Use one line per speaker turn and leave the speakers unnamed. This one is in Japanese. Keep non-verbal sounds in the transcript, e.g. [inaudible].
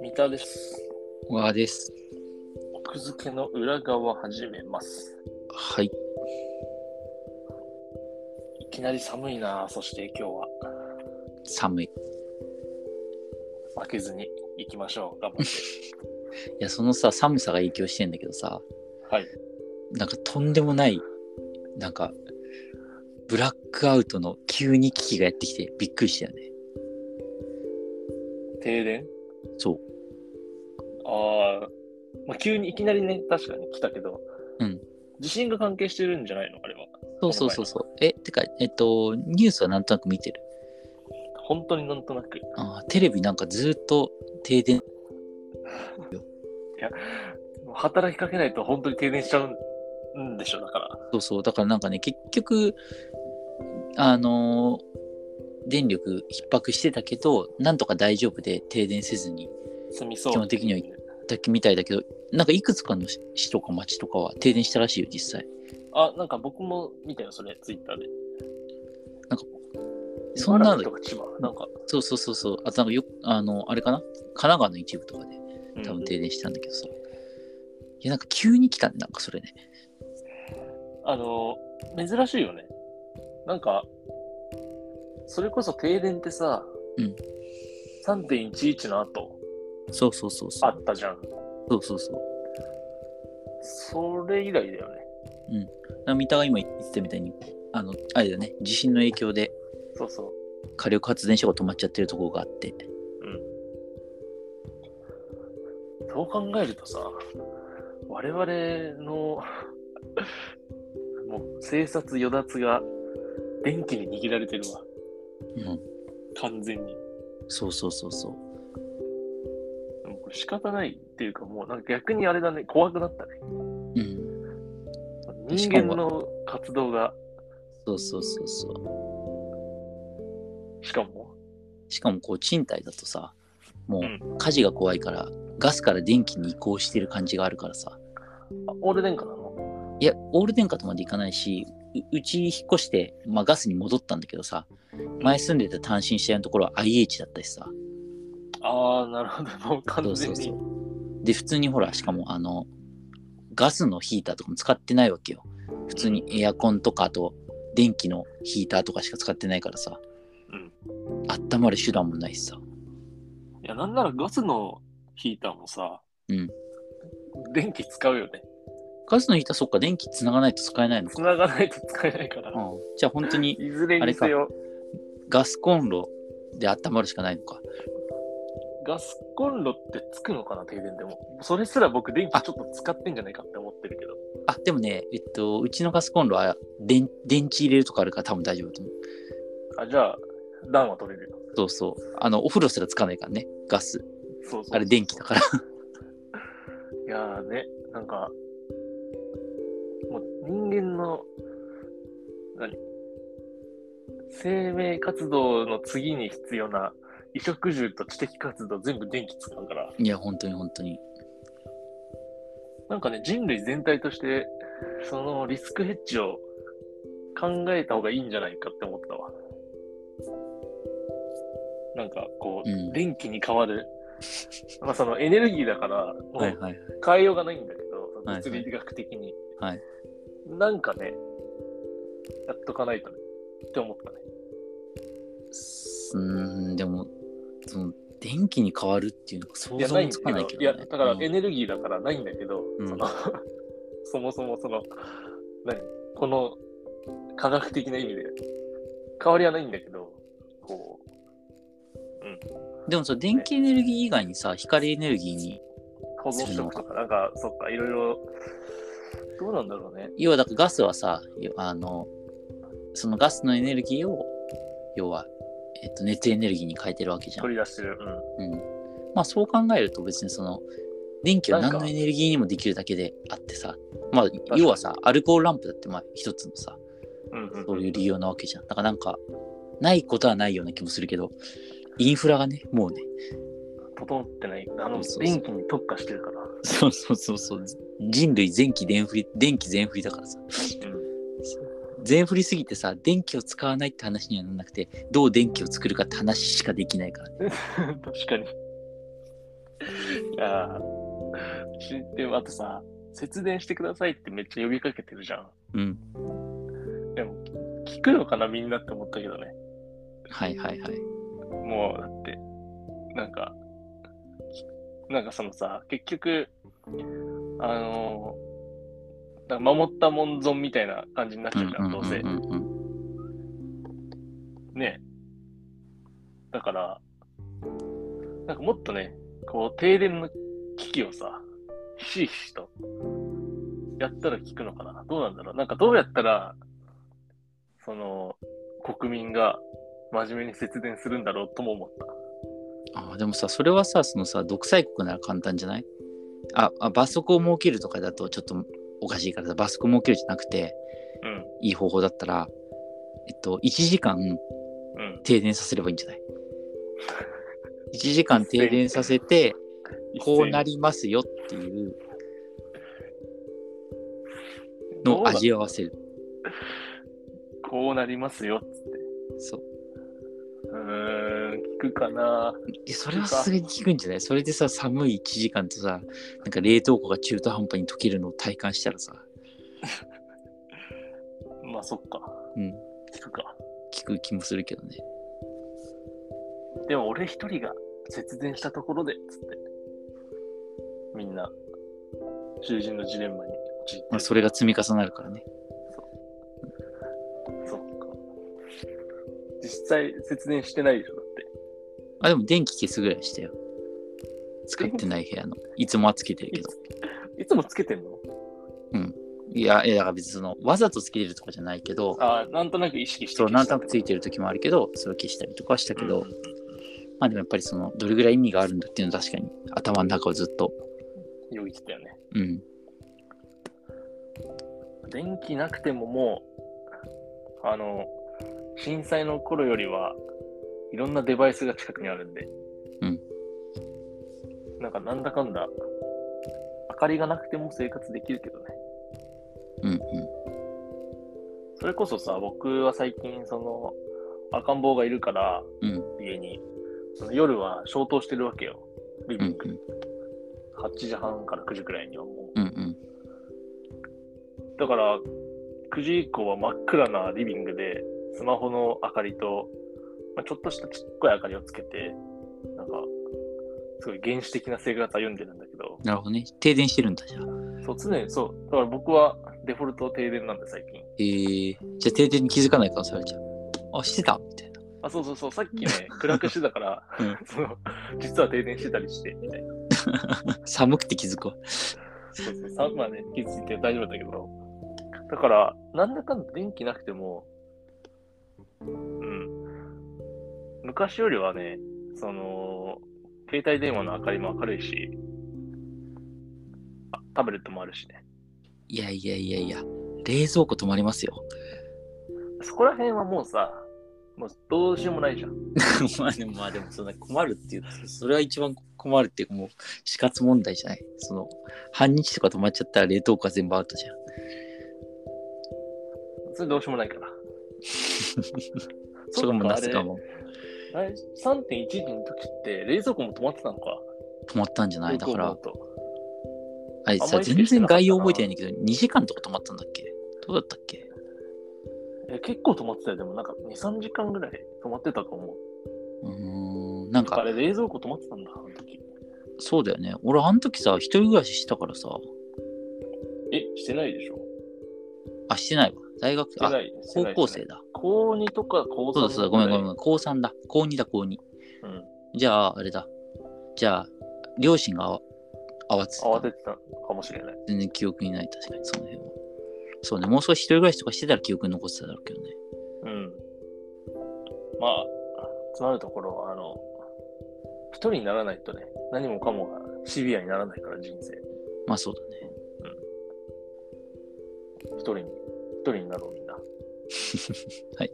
三田です。
わーです。
奥付けの裏側始めます。
はい。
いきなり寒いなあそして今日は
寒い。い
負けずに行きましょう。頑張って。
や、そのさ、寒さが影響してんだけどさ、
はい。
なんかとんでもない、なんか、ブラックアウトの急に危機がやってきてびっくりしたよね。
停電
そう。
ああ、まあ、急にいきなりね、確かに来たけど、
うん
地震が関係してるんじゃないのあれは。
そうそうそうそう。え、てか、えっと、ニュースはなんとなく見てる。
本当になんとなく。
あーテレビなんかずっと停電。
働きかけないと本当に停電しちゃうんでしょ、だから。
そうそう。だからなんかね、結局、あのー電力逼迫してたけど、なんとか大丈夫で停電せずに
住みそう。
基本的にはだけみたいだけど、なんかいくつかの市市とか町とかは停電したらしいよ、実際。
あ、なんか僕も見たよ、それ、ツイッターで。
そんな
茨
の
城と、か千葉、なんか。
そうそうそうそう、あとなんかよあの、あれかな神奈川の一部とかで
うん
多分停電したんだけどさ。いや、なんか急に来たね、なんかそれね。
あの、珍しいよね。なんか、それこそ停電ってさ、
うん
3.11の後
そうそうそうそ
あ
う。
ったじゃん。
そうそうそう。
それ以来だよね。
だから三田が今言ってたみたいに、あの、あれだね、地震の影響で
そうそう。
火力発電所が止まっちゃってるところがあって。
そう考えるとさ、我々の [laughs] もう生殺与奪が電気に握られてるわ。
うん。
完全に。
そうそうそうそう。
でもこれ仕方ないっていうかもうなんか逆にあれだね、怖くなったね。
うん。
人間の活動が、
そうそうそうそう。
しかも、
しかもこう、賃貸だとさ、も
う
う火事が怖いから、ガスから電気に移行してる感じがあるからさ。
あオール電化なの
いや、オール電化とまでいかないし、ううち引っ越して、まあ、ガスに戻ったんだけどさ、前住んでた単身者のところは IH だったしさ、
ああ、なるほど。 [laughs] もう完全に。
そうそうそで、普通にほら、しかもあの、ガスのヒーターとかも使ってないわけよ。普通にエアコンとか、あと電気のヒーターとかしか使ってないからさ、
うん。
温まる手段もないしさ、
いや、なんならガスのヒーターもさ、
うん。
電気使うよね。
ガスのヒーター、そっか、電気つながないと使えないのか。
繋がないと使えないから。
うん、じゃあ本当に
いずれにせよ、
ガスコンロで温まるしかないのか。
ガスコンロってつくのかな、停電でも。それすら僕、電気ちょっと使ってんじゃないかって思ってるけど。
あ、でもね、えっと、うちのガスコンロは電電池入れるとかあるから多分大丈夫だと思う。
あ、じゃあ、暖は取れるよ。
そうそう。あの、お風呂すらつかないからね、ガ
そ
ス。
うそうそう
あれ、電気だから。 [laughs]
いやーね、なんか、もう人間の、何生命活動の次に必要な衣食住と知的活動全部電気使うから、
いや、本当に本当に。
なんかね、人類全体として、そのリスクヘッジを考えた方がいいんじゃないかって思ったわ。なんかこう、
うん
電気に変わる、まあそのエネルギーだから、もう
はいはい。
変えようがないんだけど、
はいはい
物理学的に。
はい
なんかね、やっとかないとね、って思ったね。
すうーん、でも、その、電気に変わるっていうのが想
いや、
像
ないん
も
だ
つかない
け
け
ど、
ど、
い
ね。
や、だから
うん
エネルギーだからないんだけど、
うん
その [laughs] そもそもその、何この科学的な意味で、変わりはないんだけど、こ
でもさ、電気エネルギー以外にさ、光エネルギーに、
う、保存食とか、なんか、そっか、いろいろ、どうなんだろうね。
要はだからガスはさ、よあの、そのガスのエネルギーを、要は、えっと、熱エネルギーに変えてるわけじゃん。
取り出してる。うん。
うん、まあそう考えると別にその電気を何のエネルギーにもできるだけであってさま
か
あ
に
要はさアルコールランプだってまあ一つのさ
うんうん、
そういう理由なわけじゃんだからなんかないことはないような気もするけどインフラがねもうね
整ってない。あの、
そうそうそ
電
う
気に特化してるから。
そうそうそうそう人類前期全振り電気全振りだからさ
うん
全振りすぎてさ電気を使わないって話にはならなくてどう電気を作るかって話しかできないからね
[laughs] 確かに。いやー知ってあとさ、節電してくださいってめっちゃ呼びかけてるじゃん。
うん
でも、聞くのかな、みんなって思ったけどね。
はいはいはい
もう、だって、なんか、きなんかそのさ、結局、あのーなんか守ったもんぞんみたいな感じになっちゃうじゃん、どうせ。
んうん
ねだから、なんかもっとね、こう、停電の危機をさ、ひしひしと、やったら効くのかな。どうなんだろう。なんかどうやったら、その、国民が真面目に節電するんだろうとも思った。
あーでもさそれはさそのさ独裁国なら簡単じゃないああ罰則を設けるとかだとちょっとおかしいからさ罰則設けるじゃなくて
うん、
いい方法だったらえっと1時間
うん。
停電させればいいんじゃない1時間停電させてこうなりますよっていうのを味
を。
わわせる
こうなりますよ。
そう
うーん、効くかな。
えそれはさすがに聞くんじゃないそれでさ寒い1時間とさなんか冷凍庫が中途半端に溶けるのを体感したらさ
まあ、そっか。
うん
効くか。
聞く気もするけどね
でも俺一人が節電したところで、つって。みんな、囚人のジレンマに陥って
まあ、
る。
それが積み重なるからね
そっか。実際節電してないでしょ、だって。
あでも電気消すぐらいしたよ使ってない部屋のいつもはつけてるけど
いつもつけてんの
いやいやだから別にそのわざとつけてるとかじゃないけど
ああ、なんとなく意識して
そうなんとなくつい
て
てる時もあるけどそれを消したりとかはしたけど、
うん
まあでもやっぱりそのどれぐらい意味があるんだっていうのは確かに頭の中をずっと
よぎってたよね。
うん
電気なくてももう、あの、震災の頃よりはいろんなデバイスが近くにあるんで。
うん。
なんかなんだかんだ、明かりがなくても生活できるけどね。
うんうん
それこそさ、僕は最近、その、赤ん坊がいるから、
うん
家に、その夜は消灯してるわけよ。リ
う
ビン
ん
グ。8時半から9時くらいにはも
うんうん
う。だから、9時以降は真っ暗なリビングで、スマホの明かりと、まあ、ちょっとしたちっこい明かりをつけて、なんか、すごい原始的な生活を歩んでるんだけど、
なるほどね停電してるんだじゃあ
そう、常にそう。だから僕はデフォルト停電なんで、最近。
えー、じゃあ停電に気づかない可能性あるじゃん。あ、してたみたいな。 [laughs]
あ、そうそうそう、さっきね、暗くしてたから、
うん
[laughs] その、実は停電してたりして、みたいな。
寒くて気づくわ。
そうそう、3まで気づいて大丈夫だったけど。だから、なんだかんだ電気なくても、うん。昔よりはね、その、携帯電話の明かりも明るいし、あタブレットもあるしね。
いやいやいやいや、冷蔵庫止まりますよ。
そこら辺はもうさ、もうどうしようもないじゃん。
まあで [laughs] も、まあでも、そんな困るっていう、それは一番困るっていうか、もう死活問題じゃない。その、半日とか止まっちゃったら冷凍庫は全部アウトじゃん。
それどうしようもない
[laughs]
から。
それがもう
っ
夏
あ
か
れ
も
あれ ?3.11 の時って冷蔵庫も止まってたのか。
止まったんじゃないだか
よ
ら
く、思うと
あ
あん
れ
ま
さ、
り
全然概要覚えてないんだけど、2時間とか止まったんだっけどうだったっけ
え結構止まってたよ。でもなんか2、3時間ぐらい止まってたと思う。
うーん、な
あ
んか、
れ冷蔵庫止まってたんだ、あの時。
そうだよね。俺、あの時さ、一人暮らししたからさ、
え、してないでしょ
あ、してないわ。大学
し、て
あ
な、い。して
高
ない
校生。だ。
高2とか高3
そうだそうだ、ごめんごめんご
ん。
めん。高3だ。高2だ、高
う
2。
ん、
じゃあ、あれだ。じゃあ、両親があわ慌ててた
慌ててたかもしれない。
全然記憶にない、確かに、その辺は。そうね、もう少し一人暮らしとかしてたら記憶に残ってただろうけどね。
うん。まあ、つまるところ、あの、一人にならないとね、何もかもがシビアにならないから、人生。
まあそうだね。
一人に、一人になろう、みんな。
はい。